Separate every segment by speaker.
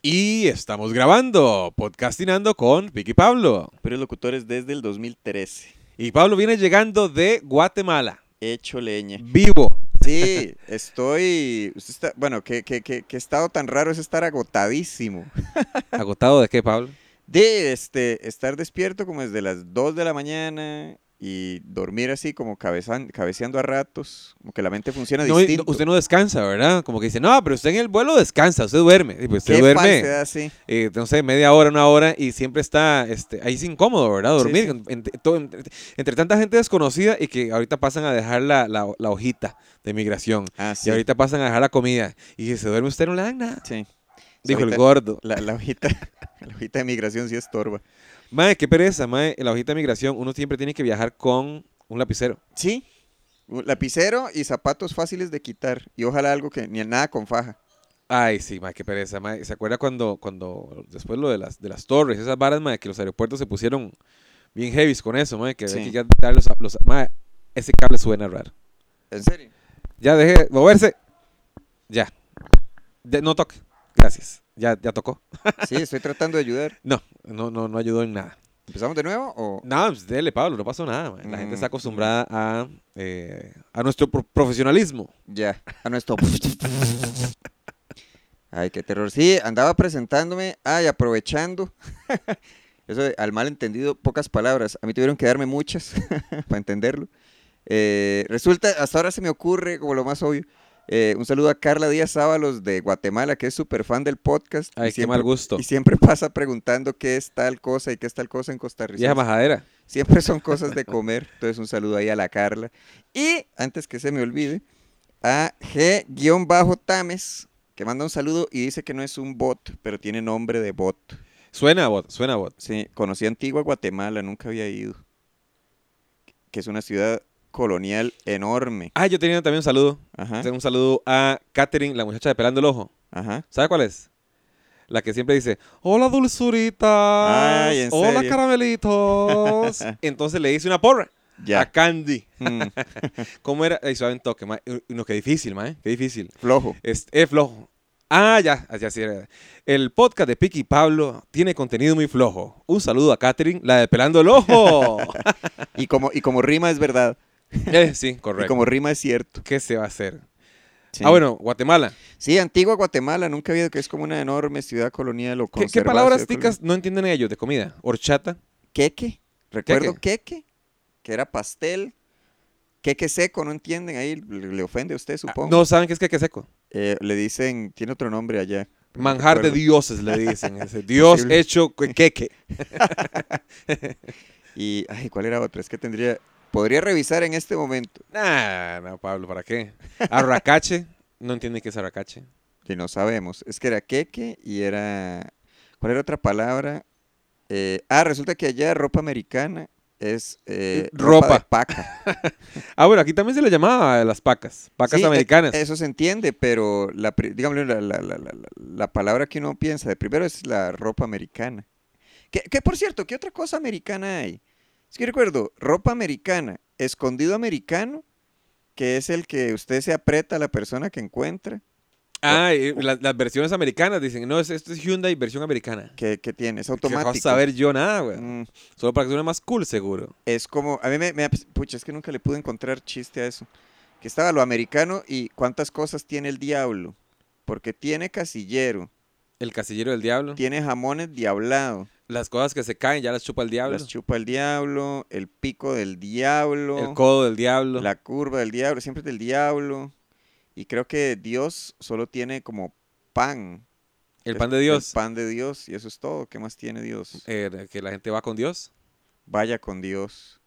Speaker 1: Y estamos grabando, podcastinando con Vicky Pablo.
Speaker 2: Pero locutores desde el 2013.
Speaker 1: Y Pablo viene llegando de Guatemala,
Speaker 2: Hecho leña.
Speaker 1: vivo.
Speaker 2: Sí, estoy. usted está- bueno, ¿qué, qué, qué- qué estado tan raro es estar agotadísimo.
Speaker 1: ¿Agotado de qué, Pablo?
Speaker 2: De este, estar despierto como desde las 2 de la mañana y dormir así como cabezan- cabeceando a ratos. Como que la mente funciona
Speaker 1: No,
Speaker 2: distinto.
Speaker 1: usted no descansa, ¿verdad? Como que dice, no, pero usted en el vuelo descansa, usted duerme. Y pues usted
Speaker 2: Qué
Speaker 1: duerme,
Speaker 2: falsedad, sí.
Speaker 1: eh, no sé, media hora, una hora, y siempre está, este, ahí es incómodo, ¿verdad?
Speaker 2: Sí,
Speaker 1: Dormir
Speaker 2: sí.
Speaker 1: en- en- todo- en- entre, tanta gente desconocida y que ahorita pasan a dejar la, la- la hojita de migración.
Speaker 2: Ah, sí.
Speaker 1: Y ahorita pasan a dejar la comida. Y si se duerme usted no le dan nada.
Speaker 2: sí.
Speaker 1: Dijo el
Speaker 2: Ahorita-
Speaker 1: gordo.
Speaker 2: La, la hojita, la hojita de migración sí estorba.
Speaker 1: Mae, qué pereza, mae. En la hojita de migración uno siempre tiene que viajar con un lapicero.
Speaker 2: Sí. Un Lapicero y zapatos fáciles de quitar. Y ojalá algo que ni nada con faja.
Speaker 1: Ay, sí, mae, qué pereza, mae. ¿Se acuerda cuando, cuando después lo de las, de las torres, esas varas, mae, que los aeropuertos se pusieron bien heavy con eso, mae, que
Speaker 2: Sí.
Speaker 1: hay que ya dar los, los- mae, ese cable suena raro.
Speaker 2: ¿En serio?
Speaker 1: Ya deje de moverse. Ya. Ya, no toque. Gracias. Ya, ya tocó.
Speaker 2: Sí, estoy tratando de ayudar.
Speaker 1: No, no, no, no ayudó en nada.
Speaker 2: ¿Empezamos de nuevo o...?
Speaker 1: No, pues, dele, Pablo, no pasó nada, mae. La gente está
Speaker 2: Mm,
Speaker 1: acostumbrada a, eh, a nuestro pro- profesionalismo.
Speaker 2: Ya, a nuestro. Ay, qué terror. Sí, andaba presentándome, ay, aprovechando. Eso de, al malentendido, pocas palabras. A mí tuvieron que darme muchas para entenderlo. Eh, resulta, hasta ahora se me ocurre, como lo más obvio, eh, un saludo a Carla Díaz Ábalos de Guatemala, que es súper fan del podcast.
Speaker 1: Ay,
Speaker 2: y
Speaker 1: qué mal gusto.
Speaker 2: Y siempre pasa preguntando qué es tal cosa y qué es tal cosa en Costa Rica.
Speaker 1: Vieja majadera.
Speaker 2: Siempre son cosas de comer. Entonces, un saludo ahí a la Carla. Y, antes que se me olvide, a G-Tames, que manda un saludo y dice que no es un bot, pero tiene nombre de bot.
Speaker 1: Suena a bot, suena a bot.
Speaker 2: Sí, conocí Antigua Guatemala, nunca había ido. Que es una ciudad colonial enorme.
Speaker 1: Ah, yo tenía también un saludo.
Speaker 2: Ajá,
Speaker 1: Tengo Un saludo a Katherine, la muchacha de Pelando el Ojo.
Speaker 2: ajá.
Speaker 1: ¿Sabe cuál es? La que siempre dice, hola dulzurita,
Speaker 2: Ay, ¿en
Speaker 1: hola
Speaker 2: serio?
Speaker 1: caramelitos. Entonces le hice una porra a
Speaker 2: Ya.
Speaker 1: Candy.
Speaker 2: Mm,
Speaker 1: ¿Cómo era? Ahí suave en toque, mae. No, qué difícil, mae, qué difícil.
Speaker 2: flojo.
Speaker 1: Es, es flojo. Ah, ya, ya sí era. El podcast de Piqui y Pablo tiene contenido muy flojo. Un saludo a Katherine, la de Pelando el Ojo.
Speaker 2: Y como, y como rima es verdad.
Speaker 1: Eh, sí,
Speaker 2: Y
Speaker 1: correcto.
Speaker 2: como rima es cierto.
Speaker 1: ¿Qué se va a hacer?
Speaker 2: Sí.
Speaker 1: Ah, bueno, Guatemala.
Speaker 2: Sí, Antigua Guatemala, nunca había ido, que es como una enorme ciudad colonial o
Speaker 1: ¿Qué, qué
Speaker 2: conservada
Speaker 1: palabras
Speaker 2: ciudad
Speaker 1: ticas no entienden ellos de comida? Horchata.
Speaker 2: queque. Recuerdo queque, que era pastel. Queque seco, no entienden ahí, le, le ofende a usted, supongo.
Speaker 1: Ah, No saben qué es queque seco.
Speaker 2: Eh, le dicen, tiene otro nombre allá. pero no
Speaker 1: Manjar de
Speaker 2: recuerdo.
Speaker 1: dioses, le dicen. Ese Dios
Speaker 2: Posible.
Speaker 1: hecho que- queque.
Speaker 2: Y, ay, ¿cuál era otra? Es que tendría, podría revisar en este momento.
Speaker 1: Nah, no, Pablo, ¿para qué? Arracache. No entienden qué es arracache.
Speaker 2: Y no sabemos. Es que era queque y era, ¿cuál era otra palabra? Eh, ah, resulta que allá ropa americana es eh, ropa de
Speaker 1: Ropa.
Speaker 2: paca.
Speaker 1: Ah, bueno, aquí también se le llamaba a las pacas. Pacas
Speaker 2: Sí, e-
Speaker 1: americanas.
Speaker 2: Eso se entiende, pero la, pri- digámosle, la, la- la- la- la- la palabra que uno piensa de primero es la ropa americana. Que, que, por cierto, ¿qué otra cosa americana hay? Es que recuerdo, ropa americana, escondido americano, que es el que usted se aprieta a la persona que encuentra,
Speaker 1: ah, y la- las versiones americanas dicen, no, es- esto es Hyundai versión americana.
Speaker 2: que, que tiene, es
Speaker 1: Que
Speaker 2: automático.
Speaker 1: vas a saber pues. yo nada, güey.
Speaker 2: Mm,
Speaker 1: Solo para que suene más cool, seguro.
Speaker 2: es como, a mí me, me da- pucha, es que nunca le pude encontrar chiste a eso. Que estaba lo americano y cuántas cosas tiene el diablo. Porque tiene casillero,
Speaker 1: El casillero del diablo.
Speaker 2: tiene jamones diablado.
Speaker 1: Las cosas que se caen ya las chupa el diablo.
Speaker 2: Las chupa el diablo, el pico del diablo,
Speaker 1: El codo del diablo.
Speaker 2: la curva del diablo, siempre es del diablo. Y creo que Dios solo tiene como pan.
Speaker 1: el
Speaker 2: Es
Speaker 1: pan de Dios.
Speaker 2: El pan de Dios, y eso es todo. ¿Qué más tiene Dios?
Speaker 1: Eh, que la gente va con Dios.
Speaker 2: Vaya con Dios.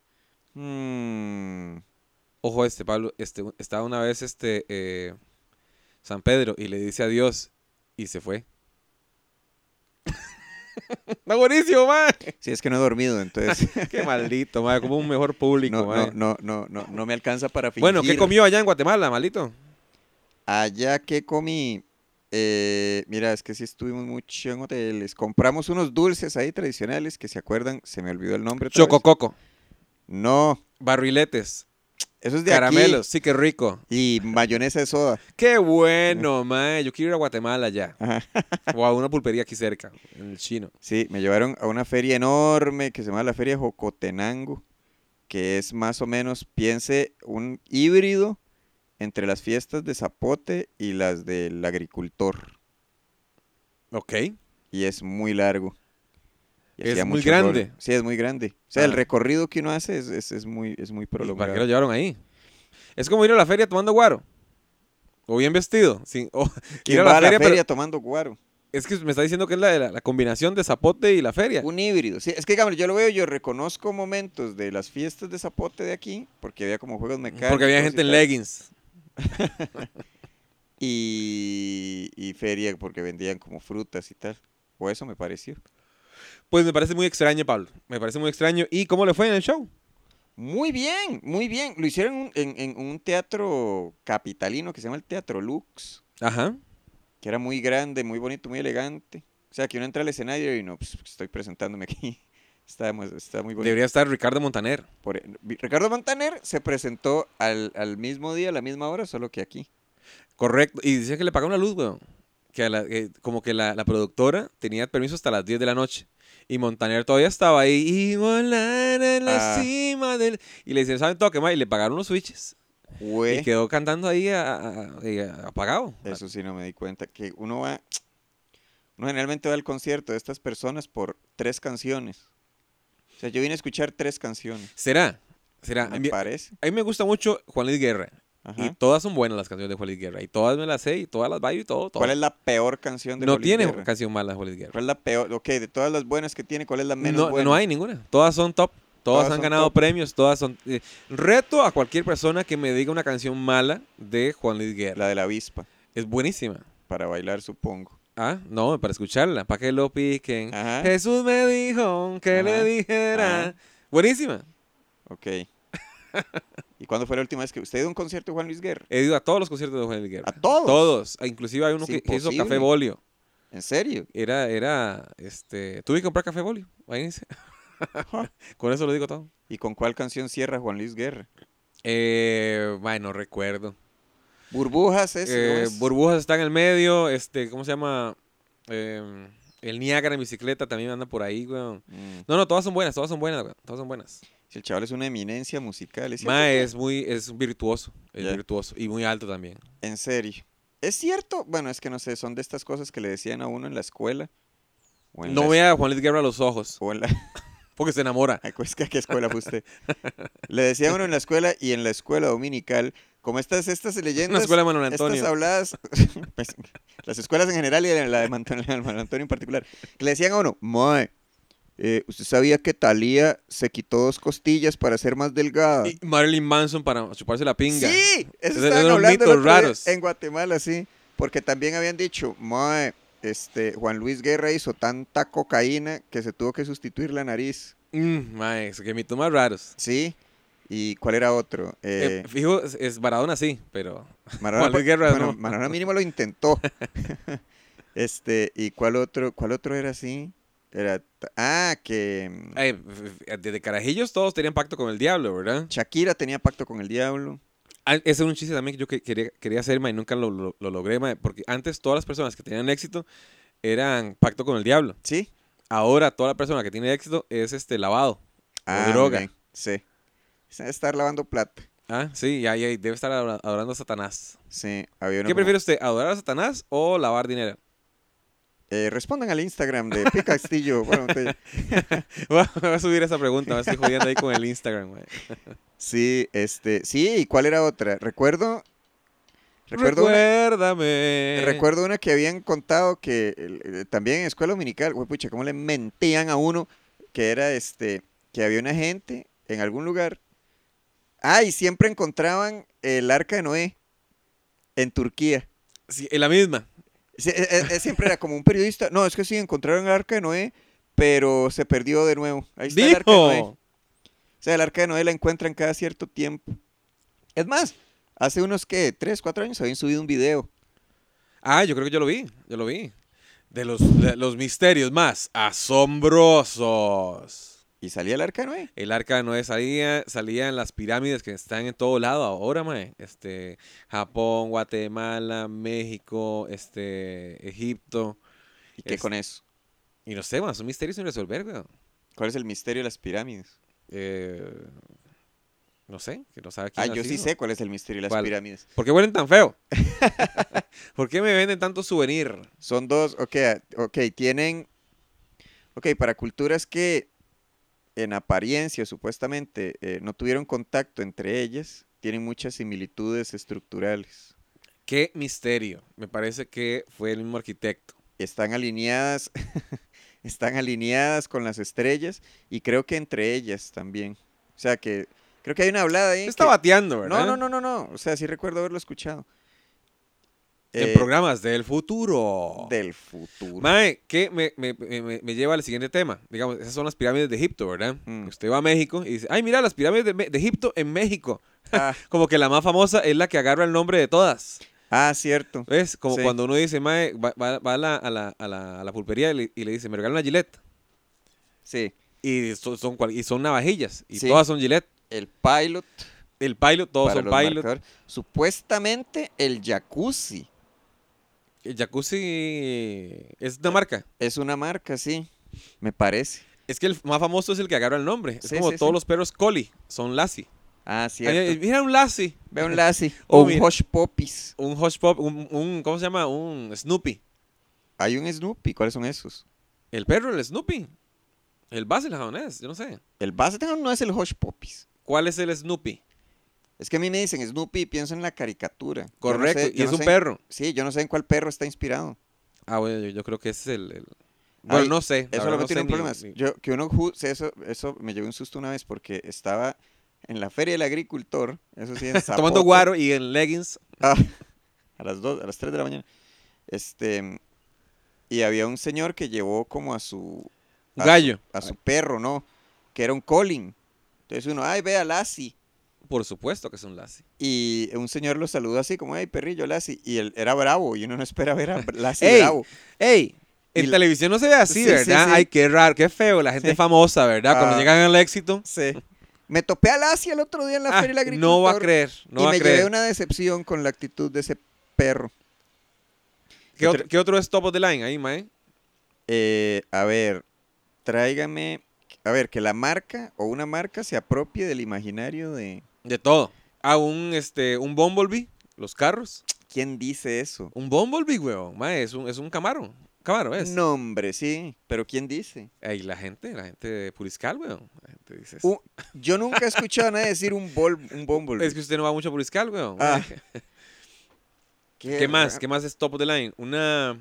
Speaker 2: Mm,
Speaker 1: Ojo, este Pablo, este, estaba una vez este eh, San Pedro y le dice adiós y se fue. Está buenísimo, man.
Speaker 2: Sí, es que no he dormido, entonces
Speaker 1: Qué maldito, man. Como un mejor público,
Speaker 2: no,
Speaker 1: mae.
Speaker 2: no, no, no, no, no me alcanza para fingir.
Speaker 1: Bueno, ¿qué comió allá en Guatemala, maldito?
Speaker 2: Allá que comí, eh, mira, es que sí estuvimos mucho en hoteles. Compramos unos dulces ahí tradicionales que se acuerdan, se me olvidó el nombre. otra vez.
Speaker 1: Chocococo,
Speaker 2: No,
Speaker 1: barriletes,
Speaker 2: Eso es de
Speaker 1: Caramelos,
Speaker 2: Caramelos.
Speaker 1: sí, qué rico.
Speaker 2: Y mayonesa de soda.
Speaker 1: Qué bueno, mae. Yo quiero ir a Guatemala ya.
Speaker 2: Ajá.
Speaker 1: O a una pulpería aquí cerca, en el chino.
Speaker 2: Sí, me llevaron a una feria enorme que se llama la Feria Jocotenango, que es más o menos, piense, un híbrido entre las fiestas de Zapote y las del agricultor.
Speaker 1: Ok.
Speaker 2: Y es muy largo. Y
Speaker 1: Es
Speaker 2: hacía
Speaker 1: muy
Speaker 2: mucho calor.
Speaker 1: grande.
Speaker 2: Sí, es muy grande. O sea, el
Speaker 1: Ah.
Speaker 2: recorrido que uno hace es, es- es muy, es muy
Speaker 1: ¿Y ¿Para qué lo
Speaker 2: prolongado.
Speaker 1: llevaron ahí? Es como ir a la feria tomando guaro. O bien vestido. Sin, o
Speaker 2: ¿Quién
Speaker 1: ir a
Speaker 2: va
Speaker 1: la
Speaker 2: a la
Speaker 1: feria, pero-
Speaker 2: feria tomando guaro?
Speaker 1: es que me está diciendo que es la, de la- la combinación de zapote y la feria.
Speaker 2: Un híbrido. Sí, es que, digamos, yo lo veo, yo reconozco momentos de las fiestas de Zapote de aquí, porque había como juegos mecánicos.
Speaker 1: Porque había
Speaker 2: y
Speaker 1: gente en
Speaker 2: tal.
Speaker 1: leggings.
Speaker 2: y, y feria porque vendían como frutas y tal. O eso me pareció.
Speaker 1: Pues me parece muy extraño, Pablo. Me parece muy extraño. ¿Y cómo le fue en el show?
Speaker 2: Muy bien, muy bien. Lo hicieron un- en, en un teatro capitalino que se llama el Teatro Lux,
Speaker 1: Ajá.
Speaker 2: que era muy grande, muy bonito, muy elegante. O sea, que uno entra al escenario y no, pues, estoy presentándome aquí. Está, mu- está muy bonito.
Speaker 1: Debería estar Ricardo Montaner.
Speaker 2: Por- e, Ricardo Montaner se presentó al, al mismo día, a la misma hora, solo que aquí.
Speaker 1: Correcto. Y decía que le pagaron la luz, weón. Que, a la- que como que la, la productora tenía permiso hasta las 10 de la noche. Y Montaner todavía estaba ahí. Y volar en la
Speaker 2: Ah.
Speaker 1: cima del... Y le hicieron, ¿saben todo qué más? Y le pagaron los switches.
Speaker 2: Jue-
Speaker 1: Y quedó cantando ahí a- a- a- y a- apagado.
Speaker 2: Eso sí no me di cuenta. Que uno va. Uno generalmente va al concierto de estas personas por tres canciones. O sea, yo vine a escuchar tres canciones.
Speaker 1: ¿Será? ¿Será? A
Speaker 2: me
Speaker 1: mí,
Speaker 2: parece.
Speaker 1: a mí me gusta mucho Juan Luis Guerra.
Speaker 2: Ajá.
Speaker 1: Y todas son buenas las canciones de Juan Luis Guerra. Y todas me las sé y todas las bailo y todo. todo.
Speaker 2: ¿Cuál es la peor canción de
Speaker 1: no
Speaker 2: Juan Luis
Speaker 1: tiene
Speaker 2: Guerra?
Speaker 1: canción mala Juan Luis Guerra.
Speaker 2: ¿Cuál es la peor? Ok, de todas las buenas que tiene, ¿cuál es la menos
Speaker 1: No,
Speaker 2: buena?
Speaker 1: no hay ninguna. Todas son top. Todas,
Speaker 2: Todas
Speaker 1: han
Speaker 2: son
Speaker 1: ganado
Speaker 2: top.
Speaker 1: premios. Todas son. eh, reto a cualquier persona que me diga una canción mala de Juan Luis Guerra.
Speaker 2: La de la avispa,
Speaker 1: Es buenísima.
Speaker 2: para bailar, supongo.
Speaker 1: Ah, no, para escucharla, para que lo piquen.
Speaker 2: Ajá.
Speaker 1: Jesús me dijo que le
Speaker 2: Ah. Ajá.
Speaker 1: dijera.
Speaker 2: Ajá.
Speaker 1: Buenísima.
Speaker 2: Ok. ¿Y cuándo fue la última vez que usted dio un concierto de Juan Luis Guerra?
Speaker 1: He ido a todos los conciertos de Juan Luis Guerra.
Speaker 2: ¿A todos?
Speaker 1: Todos. Ah, Inclusive hay uno
Speaker 2: Es
Speaker 1: que que hizo
Speaker 2: imposible.
Speaker 1: Café Bolio.
Speaker 2: ¿En serio?
Speaker 1: Era, era, este, tuve que comprar Café Bolio. Imagínense.
Speaker 2: Ajá.
Speaker 1: Con eso lo digo todo.
Speaker 2: ¿Y con cuál canción cierra Juan Luis Guerra?
Speaker 1: Eh, bueno, recuerdo.
Speaker 2: Burbujas es. ¿no
Speaker 1: Eh,
Speaker 2: es?
Speaker 1: Burbujas está en el medio, este, ¿cómo se llama? Eh, el Niágara en bicicleta también anda por ahí, weón.
Speaker 2: Mm.
Speaker 1: No, no, todas son buenas, todas son buenas, weón. Todas son buenas.
Speaker 2: Si el chaval es una eminencia musical, ¿es cierto?
Speaker 1: Ma es muy, es virtuoso, es
Speaker 2: Ya.
Speaker 1: virtuoso y muy alto también.
Speaker 2: En serio. ¿Es cierto? Bueno, es que no sé, son de estas cosas que le decían a uno en la escuela. O en
Speaker 1: No
Speaker 2: la
Speaker 1: vea a Juan Luis Guerra a los ojos,
Speaker 2: o en la-
Speaker 1: porque se enamora.
Speaker 2: Ay, pues, ¿a qué escuela fue usted? Le decía a uno en la escuela y en la escuela dominical, como estas, estas leyendas,
Speaker 1: Una escuela de Manuel
Speaker 2: estas
Speaker 1: Antonio.
Speaker 2: habladas, pues, las escuelas en general y la de Mant- la de Manuel Antonio en particular, que le decían a uno, mae, eh, ¿usted sabía que Talía se quitó dos costillas para ser más delgada?
Speaker 1: Y Marilyn Manson para chuparse la pinga.
Speaker 2: Sí,
Speaker 1: Esos
Speaker 2: eso
Speaker 1: eran
Speaker 2: estaban
Speaker 1: los
Speaker 2: hablando el
Speaker 1: mitos
Speaker 2: otro día
Speaker 1: raros.
Speaker 2: en Guatemala, sí, porque también habían dicho, "Mae, este Juan Luis Guerra hizo tanta cocaína que se tuvo que sustituir la nariz."
Speaker 1: Mm, ma, es que mitos más raros.
Speaker 2: Sí. ¿Y cuál era otro?
Speaker 1: Eh,
Speaker 2: Eh,
Speaker 1: fijo, es, es Maradona sí, pero
Speaker 2: Maradona,
Speaker 1: Juan Luis
Speaker 2: pa-
Speaker 1: Guerra,
Speaker 2: bueno,
Speaker 1: no.
Speaker 2: Maradona mínimo lo intentó. este, ¿y cuál otro? ¿Cuál otro era así? Era ta- ah, que mm,
Speaker 1: eh, f- f- desde carajillos todos tenían pacto con el diablo, ¿verdad?
Speaker 2: Shakira tenía pacto con el diablo.
Speaker 1: Ah, Ese es un chiste también que yo que- quería, quería hacer, ma, y nunca lo, lo- lo logré, ma, porque antes todas las personas que tenían éxito eran pacto con el diablo.
Speaker 2: ¿Sí?
Speaker 1: Ahora toda la persona que tiene éxito es este lavado.
Speaker 2: Ah, muy
Speaker 1: droga.
Speaker 2: bien, Sí. Es Estar lavando plata.
Speaker 1: Ah, sí, y ahí, ahí debe estar adora- adorando a Satanás.
Speaker 2: Sí, había uno
Speaker 1: ¿Qué
Speaker 2: como-
Speaker 1: prefiere usted, adorar a Satanás o lavar dinero?
Speaker 2: Eh, respondan al Instagram de Pi Castillo. Bueno, te-
Speaker 1: Voy a- voy a subir esa pregunta, me estoy jodiendo ahí con el Instagram, ma.
Speaker 2: sí, este, sí, ¿y cuál era otra? Recuerdo, recuerdo, una,
Speaker 1: Recuérdame.
Speaker 2: recuerdo una que habían contado que el- eh, también en escuela dominical, güey, pucha, cómo le mentían a uno que era este, que había una gente en algún lugar. Ah, y siempre encontraban el arca de Noé en Turquía.
Speaker 1: Sí, es la misma.
Speaker 2: Sí, eh, eh, eh, siempre era como un periodista. No, es que sí, encontraron el arca de Noé, pero se perdió de nuevo. Ahí está el arca de Noé.
Speaker 1: ¡Dijo!
Speaker 2: O sea, el arca de Noé la encuentran cada cierto tiempo. Es más, hace unos que tres, cuatro años habían subido un video.
Speaker 1: Ah, yo creo que yo lo vi, yo lo vi. De los, de los misterios más asombrosos.
Speaker 2: Y salía el arca de Noé.
Speaker 1: El arca de Noé salía, salía en las pirámides que están en todo lado ahora, mae. Este, Japón, Guatemala, México, este, Egipto.
Speaker 2: ¿Y qué
Speaker 1: Es-
Speaker 2: con eso?
Speaker 1: Y no sé, mae, son misterios sin resolver, weón.
Speaker 2: ¿Cuál es el misterio de las pirámides?
Speaker 1: Eh, no sé, que no sabe quién
Speaker 2: Ah, yo
Speaker 1: las
Speaker 2: sí
Speaker 1: hizo.
Speaker 2: sé cuál es el misterio de las
Speaker 1: ¿Cuál?
Speaker 2: pirámides.
Speaker 1: ¿Por qué huelen tan feo? ¿Por qué me venden tanto souvenir?
Speaker 2: Son dos, ok, a- ok, tienen, ok, para culturas que en apariencia supuestamente eh, no tuvieron contacto entre ellas, tienen muchas similitudes estructurales.
Speaker 1: Qué misterio. Me parece que fue el mismo arquitecto.
Speaker 2: Están alineadas, están alineadas con las estrellas y creo que entre ellas también. O sea que, creo que hay una hablada ahí.
Speaker 1: Se
Speaker 2: que-
Speaker 1: está ¿eh? bateando, ¿verdad?
Speaker 2: no, no, no, no, no, o sea, sí recuerdo haberlo escuchado.
Speaker 1: En
Speaker 2: Eh, oh.
Speaker 1: programas del futuro.
Speaker 2: Del futuro.
Speaker 1: Mae, que me, me- me- me- me lleva al siguiente tema. Digamos, esas son las pirámides de Egipto, ¿verdad?
Speaker 2: Mm.
Speaker 1: Usted va a México y dice, ay, mira, las pirámides de, Me- de Egipto en México.
Speaker 2: Ah,
Speaker 1: Como que la más famosa es la que agarra el nombre de todas.
Speaker 2: ah, cierto.
Speaker 1: ¿Ves? Como
Speaker 2: Sí.
Speaker 1: cuando uno dice, mae, va, va- va a, la, a la- a la- a la pulpería y le, y le dice, me regalan una Gillette.
Speaker 2: Sí.
Speaker 1: Y son, son cual- y son navajillas. Y
Speaker 2: Sí.
Speaker 1: todas son Gillette.
Speaker 2: El pilot.
Speaker 1: El Pilot, todos
Speaker 2: para
Speaker 1: son
Speaker 2: los
Speaker 1: Pilot.
Speaker 2: marcadores. Supuestamente el jacuzzi
Speaker 1: El jacuzzi es una marca.
Speaker 2: es una marca, sí, me parece.
Speaker 1: Es que el más famoso es el que agarra el nombre. Es
Speaker 2: Sí,
Speaker 1: como
Speaker 2: sí,
Speaker 1: todos
Speaker 2: sí.
Speaker 1: los perros Collie, son Lassie.
Speaker 2: Ah,
Speaker 1: Ay,
Speaker 2: cierto.
Speaker 1: Mira un Lassie.
Speaker 2: Ve un Lassie
Speaker 1: Oh,
Speaker 2: o un
Speaker 1: mira.
Speaker 2: Hush Poppies.
Speaker 1: Un Hush Pop, un, un- ¿cómo se llama? Un Snoopy.
Speaker 2: Hay un Snoopy, ¿cuáles son esos?
Speaker 1: El perro, el Snoopy. El Basil japonés, yo no sé.
Speaker 2: El Basset no es el Hush Poppies.
Speaker 1: ¿Cuál es el Snoopy?
Speaker 2: Es que a mí me dicen Snoopy y pienso en la caricatura. Yo no
Speaker 1: Correcto,
Speaker 2: sé-
Speaker 1: y
Speaker 2: yo
Speaker 1: es
Speaker 2: no
Speaker 1: un
Speaker 2: sé-
Speaker 1: perro.
Speaker 2: Sí, yo no sé en cuál perro está inspirado.
Speaker 1: Ah, bueno, yo, yo creo que ese es el... el- Bueno,
Speaker 2: Ay,
Speaker 1: no sé. la
Speaker 2: Eso
Speaker 1: verdad
Speaker 2: lo que
Speaker 1: no sé
Speaker 2: tiene
Speaker 1: ni-
Speaker 2: problemas.
Speaker 1: ni-
Speaker 2: Yo, que uno ju- sí, eso, eso me llevó un susto una vez porque estaba en la feria del agricultor, eso sí, en
Speaker 1: Tomando
Speaker 2: Zapote.
Speaker 1: guaro y en leggings.
Speaker 2: Ah, a las 2, a las 3 de la mañana. Este, y había un señor que llevó como a su,
Speaker 1: Un
Speaker 2: Ah,
Speaker 1: gallo.
Speaker 2: a su perro, ¿no? Que era un Colin. Entonces uno, ay, ve a Lassie.
Speaker 1: Por supuesto que es un Lassie.
Speaker 2: Y un señor lo saluda así, como, ay, perrillo, Lassie. Y él era bravo, y uno no espera ver a Lassie
Speaker 1: Ey,
Speaker 2: bravo.
Speaker 1: ¡Ey!
Speaker 2: Y
Speaker 1: En
Speaker 2: la-
Speaker 1: televisión no se ve así,
Speaker 2: Sí, sí,
Speaker 1: ¿verdad?
Speaker 2: sí.
Speaker 1: Ay, qué raro, qué feo. La gente
Speaker 2: Sí.
Speaker 1: famosa, ¿verdad? Cuando
Speaker 2: Ah.
Speaker 1: llegan al éxito.
Speaker 2: Sí. Me topé a Lassie el otro día en la
Speaker 1: ah,
Speaker 2: feria del agricultor.
Speaker 1: no va a creer, no
Speaker 2: y
Speaker 1: va
Speaker 2: me
Speaker 1: a creer.
Speaker 2: llevé una decepción con la actitud de ese perro.
Speaker 1: ¿Qué, otro, ¿Qué otro es top of the line ahí, mae?
Speaker 2: Eh, a ver, tráigame. A ver, que la marca o una marca se apropie del imaginario de.
Speaker 1: De todo. Ah, un, este, un Bumblebee, los carros.
Speaker 2: ¿Quién dice eso?
Speaker 1: Un Bumblebee, weón. Mae, es un, es un Camaro. Camaro es.
Speaker 2: No, hombre, sí, pero ¿quién dice?
Speaker 1: Ey, la gente, la gente de Puriscal, weón. La gente dice eso.
Speaker 2: Un- yo nunca he escuchado a nadie decir un, bol, un Bumblebee.
Speaker 1: Es que usted no va mucho a Puriscal, weón.
Speaker 2: Ah,
Speaker 1: mae. ¿Qué más? ¿Qué más es top of the line? Una.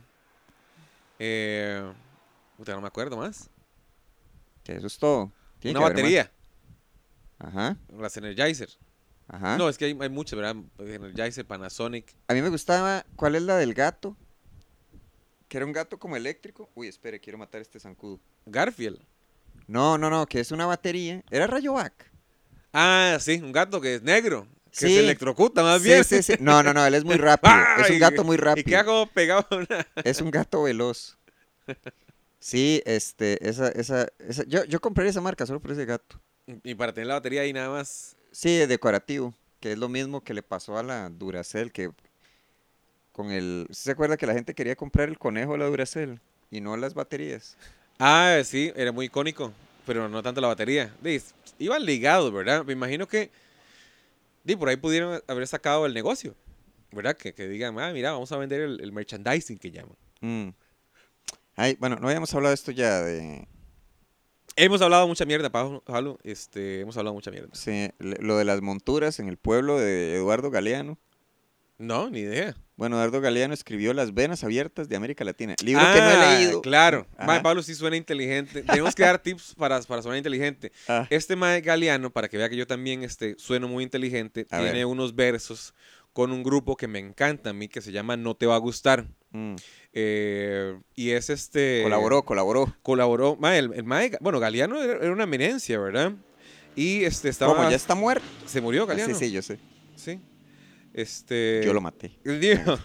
Speaker 1: Eh. Puta, no me acuerdo más.
Speaker 2: Que Eso es todo. Tiene
Speaker 1: Una
Speaker 2: que haber
Speaker 1: batería.
Speaker 2: más. Ajá,
Speaker 1: Las Energizer.
Speaker 2: ajá.
Speaker 1: No, es que hay, hay muchas, ¿verdad? Energizer, Panasonic.
Speaker 2: A mí me gustaba. ¿Cuál es la del gato? Que era un gato como eléctrico. Uy, espere, quiero matar a este zancudo.
Speaker 1: Garfield.
Speaker 2: No, no, no, que es una batería. Era Rayovac.
Speaker 1: Ah, sí, un gato que es negro. Que
Speaker 2: Sí.
Speaker 1: se electrocuta, más
Speaker 2: Sí,
Speaker 1: Ah, bien.
Speaker 2: sí, sí. No, no, no, él es muy rápido. es
Speaker 1: Ay,
Speaker 2: un gato muy
Speaker 1: ¿Y qué
Speaker 2: rápido.
Speaker 1: hago pegado a una?
Speaker 2: Es un gato veloz. Sí, este, esa, esa, esa. Yo, yo compré esa marca solo por ese gato.
Speaker 1: Y para tener la batería ahí nada más.
Speaker 2: Sí, es decorativo, que es lo mismo que le pasó a la Duracell, que con el... ¿sí ¿Se acuerda que la gente quería comprar el conejo de la Duracell y no las baterías?
Speaker 1: Ah, sí, era muy icónico, pero no tanto la batería. Dis, Iban ligados, ¿verdad? Me imagino que di, por ahí pudieron haber sacado el negocio, ¿verdad? Que, que digan, ah, mira, vamos a vender el, el merchandising que llaman.
Speaker 2: Mm. Ay, bueno, no habíamos hablado de esto ya, de
Speaker 1: Hemos hablado mucha mierda, Pablo, Pablo, este, hemos hablado mucha mierda.
Speaker 2: sí, le- lo de las monturas en el pueblo de Eduardo Galeano.
Speaker 1: No, ni idea.
Speaker 2: Bueno, Eduardo Galeano escribió Las venas abiertas de América Latina, libro que no
Speaker 1: Ah,
Speaker 2: he leído.
Speaker 1: Claro.
Speaker 2: Ajá.
Speaker 1: Mae, Pablo sí suena inteligente. Tenemos que dar tips para, para sonar inteligente.
Speaker 2: Ah,
Speaker 1: Este Mae Galeano, para que vea que yo también este, sueno muy inteligente,
Speaker 2: A
Speaker 1: tiene
Speaker 2: ver.
Speaker 1: unos versos con un grupo que me encanta a mí que se llama No Te Va a Gustar.
Speaker 2: mm.
Speaker 1: Eh, y es este.
Speaker 2: Colaboró, colaboró.
Speaker 1: Colaboró. Mae, el, el mae- bueno, Galeano era, era una eminencia, ¿verdad? Y este estaba.
Speaker 2: ¿Cómo? ¿Ya está muerto?
Speaker 1: Se murió
Speaker 2: Ah,
Speaker 1: Galeano.
Speaker 2: sí, sí, yo sé.
Speaker 1: Sí. Este.
Speaker 2: Yo lo maté.
Speaker 1: Digo.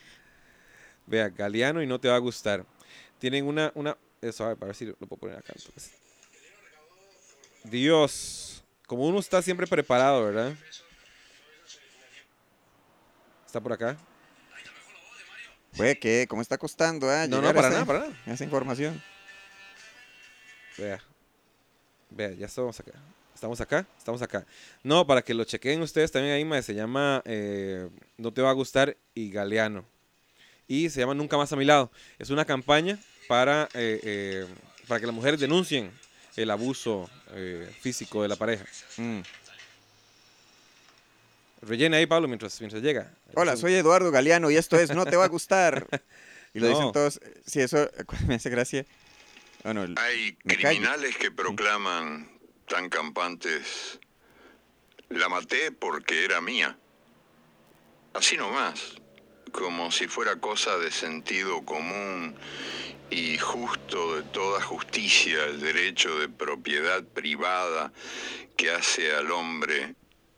Speaker 1: Vea, Galeano y no te va a gustar. Tienen una. una eso, a ver, para ver si lo puedo poner acá. entonces. Dios, como uno está siempre preparado, ¿verdad? Está por acá.
Speaker 2: Güey, ¿qué? ¿Cómo está costando? ah,
Speaker 1: No, no,
Speaker 2: llegar a
Speaker 1: para
Speaker 2: esa-
Speaker 1: nada, para nada.
Speaker 2: a Esa información.
Speaker 1: Vea. Vea, ya estamos acá. Estamos acá, estamos acá. No, para que lo chequen ustedes también ahí, mae, se llama eh, No te va a gustar y Galeano. Y se llama Nunca más a mi lado. Es una campaña para, eh, eh, para que las mujeres denuncien el abuso eh, físico de la pareja.
Speaker 2: Mm.
Speaker 1: Rellena ahí, Pablo, mientras, mientras llega.
Speaker 2: Hola,
Speaker 1: Es un-
Speaker 2: soy Eduardo Galeano y esto es No Te Va a Gustar. Y lo
Speaker 1: No.
Speaker 2: dicen todos. Sí, eso me hace gracia. Bueno, el-
Speaker 3: Hay
Speaker 2: Me callo.
Speaker 3: criminales que proclaman tan campantes, la maté porque era mía. Así nomás, como si fuera cosa de sentido común y justo de toda justicia el derecho de propiedad privada que hace al hombre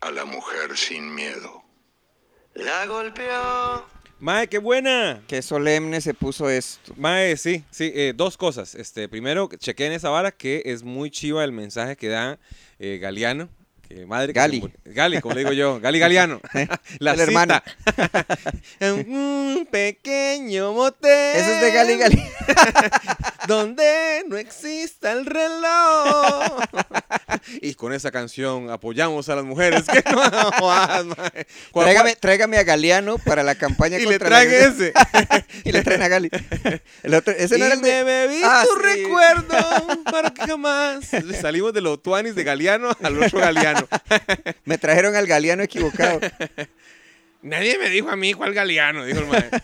Speaker 3: a la mujer sin miedo.
Speaker 4: La golpeó.
Speaker 1: Mae, qué buena.
Speaker 2: Qué solemne se puso esto.
Speaker 1: Mae, sí, sí, eh, dos cosas. Este, primero, chequen esa vara que es muy chiva el mensaje que da eh, Galeano. Que madre que se
Speaker 2: Gali.
Speaker 1: mur- Gali, como le digo yo. Gali Galeano. La
Speaker 2: El hermano.
Speaker 1: cita. en un pequeño motel.
Speaker 2: Eso es de
Speaker 1: Eh,
Speaker 2: Gali Gali.
Speaker 1: Donde no exista el reloj. y con esa canción apoyamos a las mujeres. Que no, jodas, mae. Cuando-
Speaker 2: Tráigame, tráigame a Galeano para la campaña
Speaker 1: y
Speaker 2: contra
Speaker 1: le
Speaker 2: la
Speaker 1: traen
Speaker 2: violencia.
Speaker 1: ese.
Speaker 2: Y le traen a Gali. El otro, ese no
Speaker 1: Y
Speaker 2: era el
Speaker 1: me
Speaker 2: de...
Speaker 1: bebí
Speaker 2: Ah,
Speaker 1: tu
Speaker 2: sí.
Speaker 1: recuerdo para que jamás. Salimos de los tuanis de Galeano al otro Galeano.
Speaker 2: Me trajeron al Galeano equivocado.
Speaker 1: Nadie me dijo a mí cuál Galeano, dijo el maestro.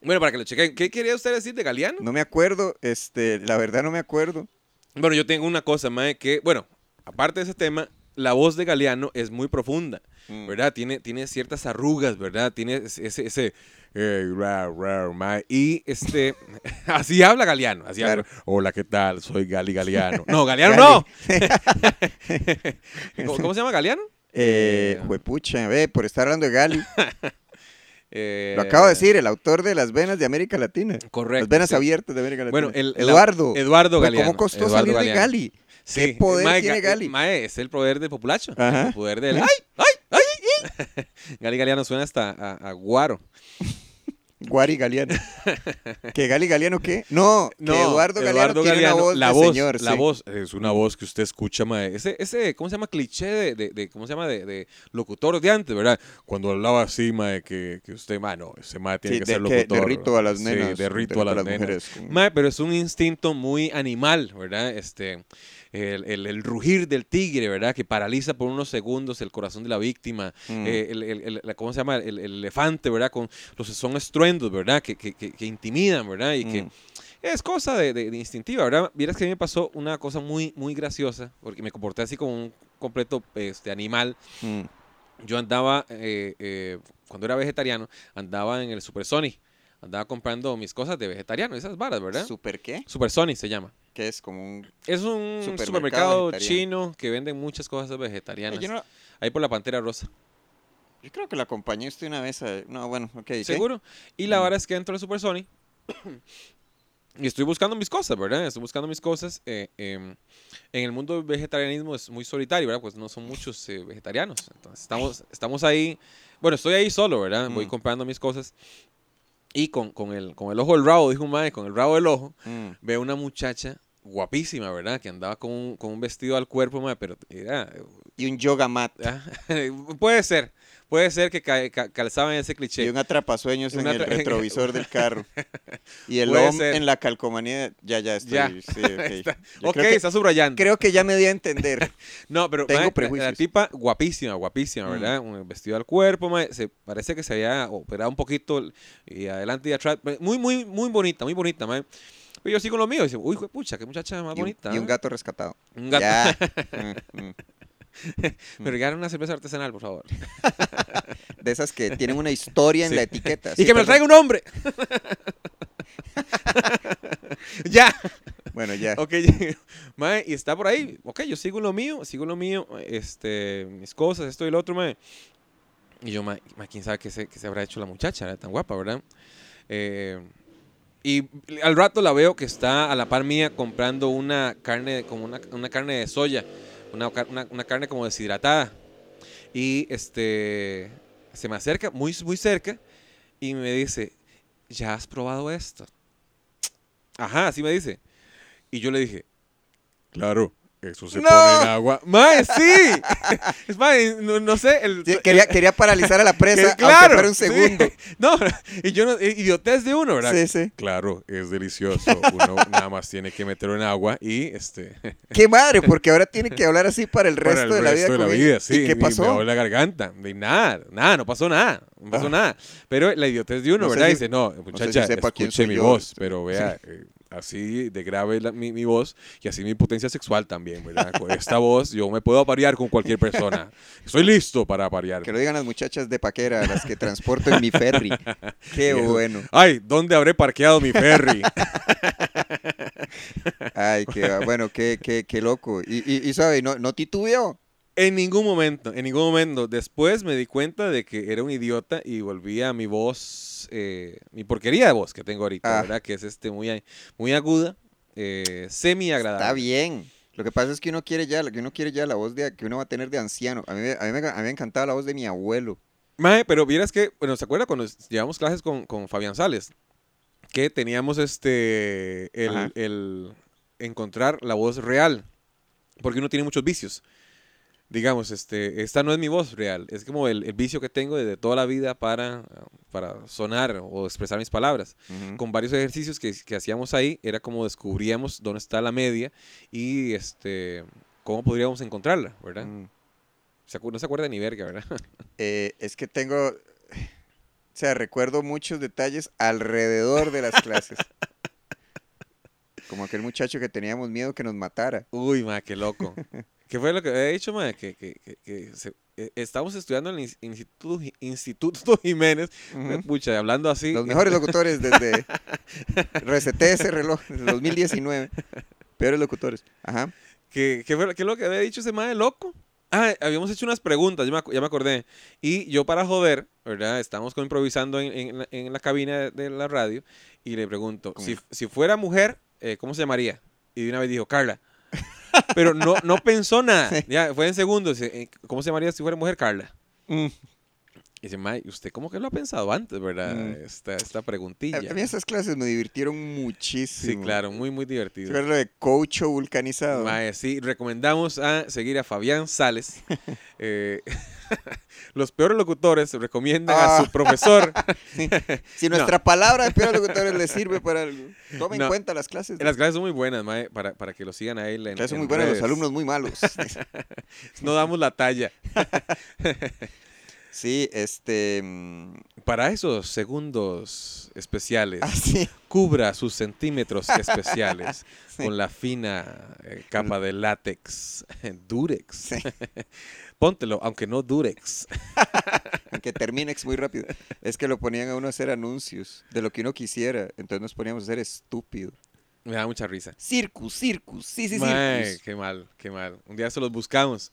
Speaker 1: Bueno, para que lo chequen, ¿qué quería usted decir de Galeano?
Speaker 2: No me acuerdo, este, la verdad no me acuerdo.
Speaker 1: Bueno, yo tengo una cosa, mae, que, bueno, aparte de ese tema, la voz de Galeano es muy profunda,
Speaker 2: Mm.
Speaker 1: ¿verdad? Tiene, tiene ciertas arrugas, ¿verdad? Tiene ese, ese, ese, eh, ra, ra, mae, y este, así habla Galeano, así
Speaker 2: Claro.
Speaker 1: habla. Hola, ¿qué tal? Soy Gali Galeano. No, Galeano no. ¿Cómo, cómo se llama Galeano?
Speaker 2: Eh,
Speaker 1: Eh,
Speaker 2: juepucha, ve, por estar hablando de Gali.
Speaker 1: Eh,
Speaker 2: Lo acabo de decir, el autor de Las Venas de América Latina.
Speaker 1: Correcto.
Speaker 2: Las Venas
Speaker 1: sí.
Speaker 2: Abiertas de América Latina.
Speaker 1: Bueno, el, el-
Speaker 2: Eduardo.
Speaker 1: Eduardo
Speaker 2: Güey,
Speaker 1: Galeano.
Speaker 2: ¿Cómo costó
Speaker 1: Eduardo
Speaker 2: salir
Speaker 1: Galeano.
Speaker 2: de Gali?
Speaker 1: Sí.
Speaker 2: ¿Qué poder
Speaker 1: Mae,
Speaker 2: tiene
Speaker 1: Ga-
Speaker 2: Gali?
Speaker 1: Mae, es el poder del populacho.
Speaker 2: Ajá.
Speaker 1: El poder del...
Speaker 2: ¿Eh?
Speaker 1: ¡Ay! ¡Ay! ¡Ay! ay! Gali Galeano suena hasta a, a guaro.
Speaker 2: Guari Galeano. ¿Que Gali Galeano qué? No,
Speaker 1: No,
Speaker 2: que Eduardo Galeano tiene una voz
Speaker 1: la
Speaker 2: de
Speaker 1: voz,
Speaker 2: señor.
Speaker 1: La
Speaker 2: sí.
Speaker 1: voz es una voz que usted escucha, mae. Ese, ese ¿cómo se llama? Cliché de, de, de- ¿cómo se llama? De, de locutor de antes, ¿verdad? Cuando hablaba así, mae, que, que usted, mae, no, ese mae tiene
Speaker 2: Sí,
Speaker 1: que
Speaker 2: de,
Speaker 1: ser
Speaker 2: que-
Speaker 1: locutor.
Speaker 2: de rito a las
Speaker 1: Sí,
Speaker 2: nenas.
Speaker 1: de rito a las, nenas.
Speaker 2: mujeres.
Speaker 1: Mae, pero es un instinto muy animal, ¿verdad? Este, el, el- el rugir del tigre, ¿verdad? Que paraliza por unos segundos el corazón de la víctima.
Speaker 2: Mm.
Speaker 1: Eh, el, el- el- la- ¿Cómo se llama? El, el elefante, ¿verdad? Con los son estruendos, ¿verdad? Que, que- que- que intimidan, ¿verdad? Y que
Speaker 2: Mm.
Speaker 1: es cosa de, de- de instintiva, ¿verdad? Vieras que a mí me pasó una cosa muy, muy graciosa, porque me comporté así como un completo este, animal.
Speaker 2: Mm.
Speaker 1: Yo andaba, eh, eh, cuando era vegetariano, andaba en el Super Sony. Andaba comprando mis cosas de vegetariano, esas varas, ¿verdad?
Speaker 2: ¿Super qué?
Speaker 1: Super Sony se llama.
Speaker 2: Que es como un...
Speaker 1: Es un
Speaker 2: Supermercado
Speaker 1: supermercado,
Speaker 2: vegetariano.
Speaker 1: chino que vende muchas cosas vegetarianas.
Speaker 2: Eh, Yo, no-
Speaker 1: Ahí por la Pantera Rosa.
Speaker 2: yo creo que la acompañé usted una vez a... No, bueno, ok. ¿qué?
Speaker 1: ¿Seguro? Y la
Speaker 2: Mm.
Speaker 1: verdad es que entro al Super Sony y estoy buscando mis cosas, ¿verdad? Estoy buscando mis cosas. eh, em, en el mundo del vegetarianismo es muy solitario, ¿verdad? Pues no son muchos eh, vegetarianos. Entonces estamos, estamos ahí. Bueno, estoy ahí solo, ¿verdad? Voy
Speaker 2: Mm.
Speaker 1: comprando mis cosas. Y con, con, el, con el ojo del rabo, dijo un mae, con el rabo del ojo,
Speaker 2: Mm.
Speaker 1: veo una muchacha guapísima, ¿verdad? Que andaba con un, con un vestido al cuerpo, mae, pero era
Speaker 2: Y un yoga mat.
Speaker 1: Ah, puede ser. Puede ser que ca- ca- calzaban ese
Speaker 2: Y
Speaker 1: cliché.
Speaker 2: un atrapasueños en
Speaker 1: Una
Speaker 2: el
Speaker 1: tra-
Speaker 2: retrovisor del carro. Y el
Speaker 1: Puede
Speaker 2: OM
Speaker 1: ser.
Speaker 2: en la calcomanía. Ya, ya estoy.
Speaker 1: Ya.
Speaker 2: Sí, ok. Yo
Speaker 1: ok,
Speaker 2: creo, que,
Speaker 1: está subrayando.
Speaker 2: creo que ya me di a entender.
Speaker 1: no, pero
Speaker 2: tengo
Speaker 1: mae, la- la,
Speaker 2: prejuicios. Mm.
Speaker 1: tipa guapísima, guapísima, ¿verdad? Un vestido al cuerpo, mae, se parece que se había operado un poquito el- y adelante y atrás. Muy, muy, muy bonita, muy bonita, mae. Yo sigo lo mío. Y dice, uy, jue- pucha, qué muchacha más
Speaker 2: Y un,
Speaker 1: bonita.
Speaker 2: y un
Speaker 1: ¿eh?
Speaker 2: gato rescatado.
Speaker 1: Un gato.
Speaker 2: Ya. Mm, mm.
Speaker 1: Me regalaron una cerveza artesanal, por favor.
Speaker 2: De esas que tienen una historia en
Speaker 1: Sí.
Speaker 2: la etiqueta.
Speaker 1: y que me lo
Speaker 2: lo
Speaker 1: traiga un hombre. ya.
Speaker 2: Bueno, ya.
Speaker 1: Ok, mae, y está por ahí. Ok, yo sigo lo mío, sigo lo mío, este, mis cosas, esto y lo otro, mae. Y yo, mae, mae, quién sabe qué se, qué se habrá hecho la muchacha, era tan guapa, ¿verdad? Eh, y al rato la veo que está a la par mía comprando una carne, como una, una carne de soya, una, car- una- una carne como deshidratada. Y este, se me acerca, muy, muy cerca, y me dice, ¿ya has probado esto? Ajá, así me dice. Y yo le dije,
Speaker 5: Claro, eso se
Speaker 2: ¡No!
Speaker 5: pone en agua.
Speaker 1: Mae, sí. Es mae, no, no sé. El,
Speaker 2: Sí, Quería, quería paralizar a la
Speaker 1: que-
Speaker 2: presa, aunque fuera un
Speaker 1: sí.
Speaker 2: segundo.
Speaker 1: No, y yo no, eh, idiotez de uno, ¿verdad?
Speaker 2: Sí, sí.
Speaker 5: Claro, es delicioso. Uno nada más tiene que meterlo en agua y este.
Speaker 2: Qué madre, porque ahora tiene que hablar así para el resto,
Speaker 5: para el
Speaker 2: de, la vida
Speaker 5: resto de la
Speaker 2: con
Speaker 5: vida.
Speaker 2: ella.
Speaker 5: sí.
Speaker 2: ¿Y qué
Speaker 5: Me
Speaker 2: pasó?
Speaker 5: dolió la garganta. Y nada, nada, no pasó nada. No pasó
Speaker 2: Ah.
Speaker 5: nada. Pero la idiotez de uno,
Speaker 2: No sé
Speaker 5: ¿verdad?
Speaker 2: si-
Speaker 5: Dice, no, muchacha,
Speaker 2: sepa quién
Speaker 5: escuche
Speaker 2: soy
Speaker 5: mi
Speaker 2: yo". este,
Speaker 5: voz, pero vea. eh, Así de grave la- mi, mi voz y así mi potencia sexual también, ¿verdad? Con esta voz yo me puedo aparear con cualquier persona. Estoy listo para aparear.
Speaker 2: Que lo digan las muchachas de paquera, las que transporto en mi ferry. Qué
Speaker 5: Eso.
Speaker 2: bueno.
Speaker 5: Ay, ¿dónde habré parqueado mi ferry?
Speaker 2: Ay, qué va- bueno, qué, qué, qué loco. Y, y, y, sabe, no, no titubeó.
Speaker 1: En ningún momento, en ningún momento. Después me di cuenta de que era un idiota y volví a mi voz, eh, mi porquería de voz que tengo ahorita,
Speaker 2: Ah.
Speaker 1: ¿verdad? Que es este muy, a- muy aguda, eh, semi agradable.
Speaker 2: Está bien. Lo que pasa es que uno quiere ya, que uno quiere ya la voz de, que uno va a tener de anciano. A mí, me- a mí me, a mí me encantaba la voz de mi abuelo.
Speaker 1: Mae, pero vieras que, bueno, ¿se acuerda cuando es- llevamos clases con, con Fabián Sales? Que teníamos este,
Speaker 2: Ajá.
Speaker 1: el, el encontrar la voz real, porque uno tiene muchos vicios. Digamos, este, esta no es mi voz real, es como el, el vicio que tengo desde toda la vida para, para sonar o expresar mis palabras. Con varios ejercicios que, que hacíamos ahí, era como descubríamos dónde está la media y este, cómo podríamos encontrarla, ¿verdad?
Speaker 2: Mm.
Speaker 1: Se acu- no se acuerda ni verga, ¿verdad?
Speaker 2: Eh, es que tengo, o sea, recuerdo muchos detalles alrededor de las clases. Como aquel muchacho que teníamos miedo que nos matara.
Speaker 1: Uy, ma, qué loco. ¿Qué fue lo que había dicho, ma? Que, que, que, que se- eh, estábamos estudiando en el ins- Instituto, Ji- Instituto Jiménez.
Speaker 2: Ujú.
Speaker 1: Pucha, hablando así.
Speaker 2: Los mejores locutores desde reseté ese reloj desde 2019. Peores locutores. Ajá.
Speaker 1: ¿Qué, qué, fue, lo- qué es lo que había dicho ese ma de loco? Ah, habíamos hecho unas preguntas, ya me, acu- ya me acordé. Y yo para joder, ¿verdad? Estábamos como improvisando en, en la, en la cabina de, de la radio y le pregunto,
Speaker 2: ¿Cómo?
Speaker 1: si, si fuera mujer, eh, ¿cómo se llamaría? Y de una vez dijo, Carla. Pero no, no pensó nada. Ya, fue en segundos. eh, ¿Cómo se llamaría si fuera mujer, Carla?
Speaker 2: Mm.
Speaker 1: Y dice, Mae, ¿usted cómo que lo ha pensado antes, verdad?
Speaker 2: Mm.
Speaker 1: Esta, esta
Speaker 2: A
Speaker 1: preguntilla.
Speaker 2: a mí esas clases me divirtieron
Speaker 1: Sí,
Speaker 2: muchísimo.
Speaker 1: claro, muy, muy
Speaker 2: ¿Se
Speaker 1: divertido.
Speaker 2: acuerdan lo de cocho vulcanizado?
Speaker 1: Mae, sí, recomendamos a seguir a Fabián Sales. Eh, los peores locutores recomiendan a
Speaker 2: Ah.
Speaker 1: su profesor.
Speaker 2: Si nuestra palabra de peores locutores le sirve para algo, tomen
Speaker 1: No.
Speaker 2: en cuenta las clases.
Speaker 1: Las clases son muy buenas, Mae, para, para que lo sigan a él. En,
Speaker 2: clases
Speaker 1: en
Speaker 2: muy buenas, los
Speaker 1: redes.
Speaker 2: alumnos muy malos.
Speaker 1: No damos la talla.
Speaker 2: Sí, este. mm, ah,
Speaker 1: Para esos segundos especiales,
Speaker 2: Así.
Speaker 1: cubra sus centímetros especiales con la fina eh, capa de látex eh, Durex.
Speaker 2: Sí.
Speaker 1: Póntelo, aunque no Durex.
Speaker 2: que termine muy rápido. Es que lo ponían a uno a hacer anuncios de lo que uno quisiera. Entonces nos poníamos a ser estúpidos.
Speaker 1: Me da mucha risa.
Speaker 2: Circus, circus, sí, Pues- sí,
Speaker 1: Mae,
Speaker 2: circus.
Speaker 1: qué mal, qué mal. Un día se los buscamos.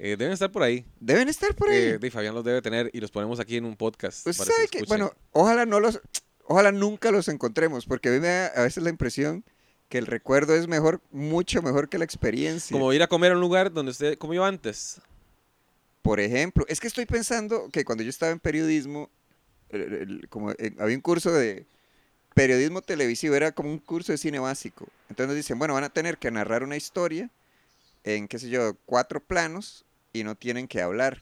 Speaker 1: Eh, deben estar por ahí.
Speaker 2: Deben estar por ahí.
Speaker 1: Eh, y Fabián los debe tener y los ponemos aquí en un podcast.
Speaker 2: Pues,
Speaker 1: para que
Speaker 2: ¿sabe
Speaker 1: lo
Speaker 2: qué?
Speaker 1: escuchen.
Speaker 2: Bueno, ojalá no los, ojalá nunca los encontremos, porque a mí me da a veces la impresión que el recuerdo es mejor, mucho mejor que la experiencia.
Speaker 1: Como ir a comer a un lugar donde usted comió antes.
Speaker 2: Por ejemplo, es que estoy pensando que cuando yo estaba en periodismo, el- el- como eh, había un curso de periodismo televisivo, era como un curso de cine básico. Entonces nos dicen, bueno, van a tener que narrar una historia en, qué sé yo, cuatro planos y no tienen que hablar.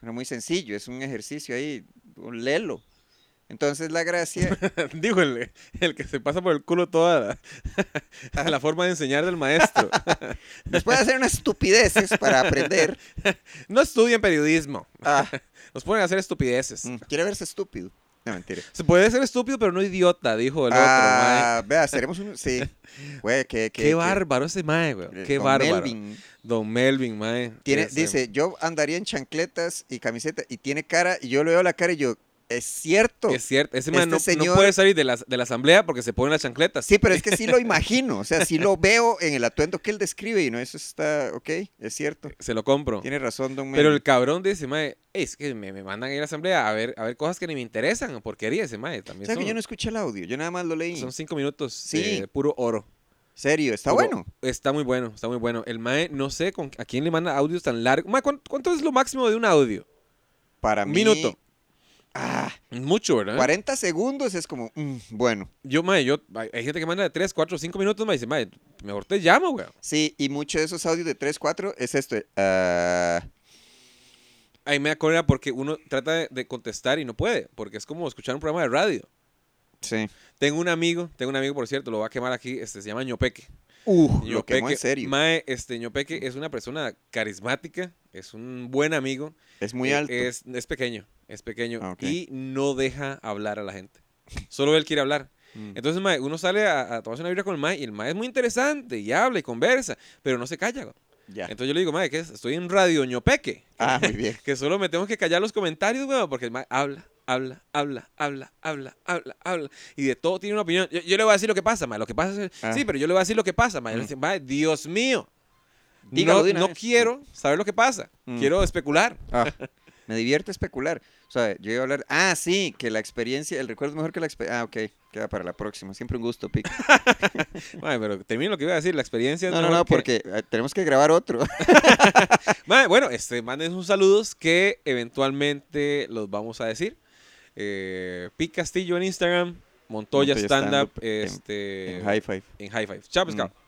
Speaker 2: Era muy sencillo, es un ejercicio ahí, un lelo. Entonces la gracia
Speaker 1: Dijo el, el que se pasa por el culo toda la, la forma de enseñar del maestro.
Speaker 2: Nos puede hacer unas estupideces para aprender.
Speaker 1: no estudien periodismo.
Speaker 2: Ah,
Speaker 1: Nos pueden hacer estupideces.
Speaker 2: mm, quiere verse estúpido. No, mentira.
Speaker 1: Se puede ser estúpido, pero no idiota, dijo el otro, mae.
Speaker 2: Ah, vea, seremos un... Sí. Güey, qué...
Speaker 1: Qué, bárbaro ese mae, güey.
Speaker 2: eh,
Speaker 1: Qué
Speaker 2: don
Speaker 1: bárbaro.
Speaker 2: Melvin.
Speaker 1: Don Melvin, mae.
Speaker 2: Tiene,
Speaker 1: Ese-
Speaker 2: dice, yo andaría en chancletas y camiseta y tiene cara, y yo le veo la cara y yo, es cierto.
Speaker 1: Es cierto, ese mae
Speaker 2: este
Speaker 1: no- no,
Speaker 2: señor-
Speaker 1: puede salir de la, de la asamblea porque se pone las chancletas.
Speaker 2: Sí, pero es que sí lo imagino, o sea, sí lo veo en el atuendo que él describe y no, eso está, ok, es cierto.
Speaker 1: Se lo compro.
Speaker 2: Tiene razón, don
Speaker 1: Pero
Speaker 2: Mel.
Speaker 1: el cabrón dice, mae, es que me, me mandan a ir a la asamblea a ver, a ver cosas que ni me interesan, porquería ese mae. También
Speaker 2: ¿Sabes
Speaker 1: son,
Speaker 2: que yo no escuché el audio? Yo nada más lo leí.
Speaker 1: son cinco minutos
Speaker 2: Sí.
Speaker 1: de puro oro.
Speaker 2: Serio, está
Speaker 1: Puro-
Speaker 2: bueno.
Speaker 1: Está muy bueno, está muy bueno. El mae, no sé con, a quién le manda audios tan largos. Mae, ¿cuán- ¿cuánto es lo máximo de un audio?
Speaker 2: Para
Speaker 1: Un
Speaker 2: mí.
Speaker 1: minuto. ¿Eh?
Speaker 2: Ah,
Speaker 1: Mucho, ¿verdad?
Speaker 2: 40 segundos es como, mm, bueno.
Speaker 1: Yo, mae, yo, hay hay gente que manda de 3, 4, 5 minutos, mae, dice, mae, mejor te llamo, güey.
Speaker 2: Sí, y muchos de esos audios de 3, 4 es esto. eh, ah,
Speaker 1: Ahí me da cólera porque uno trata de, de contestar y no puede, porque es como escuchar un programa de radio.
Speaker 2: sí.
Speaker 1: Tengo un amigo, tengo un amigo, por cierto, lo va a quemar aquí, este, se llama Ñopeque.
Speaker 2: Uh, lo
Speaker 1: Ñopeque,
Speaker 2: quemó en serio.
Speaker 1: Mae, este, Ñopeque es una persona carismática, es un buen amigo.
Speaker 2: Es muy
Speaker 1: eh,
Speaker 2: alto.
Speaker 1: Es, es pequeño, es pequeño.
Speaker 2: Ah, ok.
Speaker 1: Y no deja hablar a la gente. Solo él quiere hablar.
Speaker 2: Mm.
Speaker 1: Entonces, mae, uno sale a, a tomarse una vibra con el mae y el mae es muy interesante y habla y conversa, pero no se calla. güey.
Speaker 2: Ya.
Speaker 1: Entonces yo le digo, mae, que estoy en Radio Ñopeque,
Speaker 2: Ah, muy bien.
Speaker 1: que solo me tengo que callar los comentarios, weón, porque el mae habla, habla, habla, habla, habla, habla, habla, y de todo tiene una opinión. Yo, yo le voy a decir lo que pasa, mae, lo que pasa es...
Speaker 2: Ah.
Speaker 1: Sí, pero yo le voy a decir lo que pasa, mae. Yo le digo, "Mae, Dios mío,
Speaker 2: Dígalo
Speaker 1: no,
Speaker 2: de una
Speaker 1: no
Speaker 2: vez.
Speaker 1: quiero saber lo que pasa,
Speaker 2: Mm.
Speaker 1: quiero especular.
Speaker 2: Ah, me divierte especular. O sea, yo iba a hablar. Ah, sí, que la experiencia, el recuerdo es mejor que la experiencia. Ah, ok, queda para la próxima. Siempre un gusto, Pic.
Speaker 1: Mae, pero termino lo que iba a decir, la experiencia... es
Speaker 2: No, no,
Speaker 1: mejor
Speaker 2: no,
Speaker 1: que-
Speaker 2: porque eh, tenemos que grabar otro.
Speaker 1: Mae, bueno, este, manden sus saludos que eventualmente los vamos a decir. Eh, Pete Castillo en Instagram, Montoya,
Speaker 2: Montoya
Speaker 1: Stand Up
Speaker 2: Stand Up en-
Speaker 1: este,
Speaker 2: En High Five.
Speaker 1: en High Five. Chao, pescado.
Speaker 2: Mm.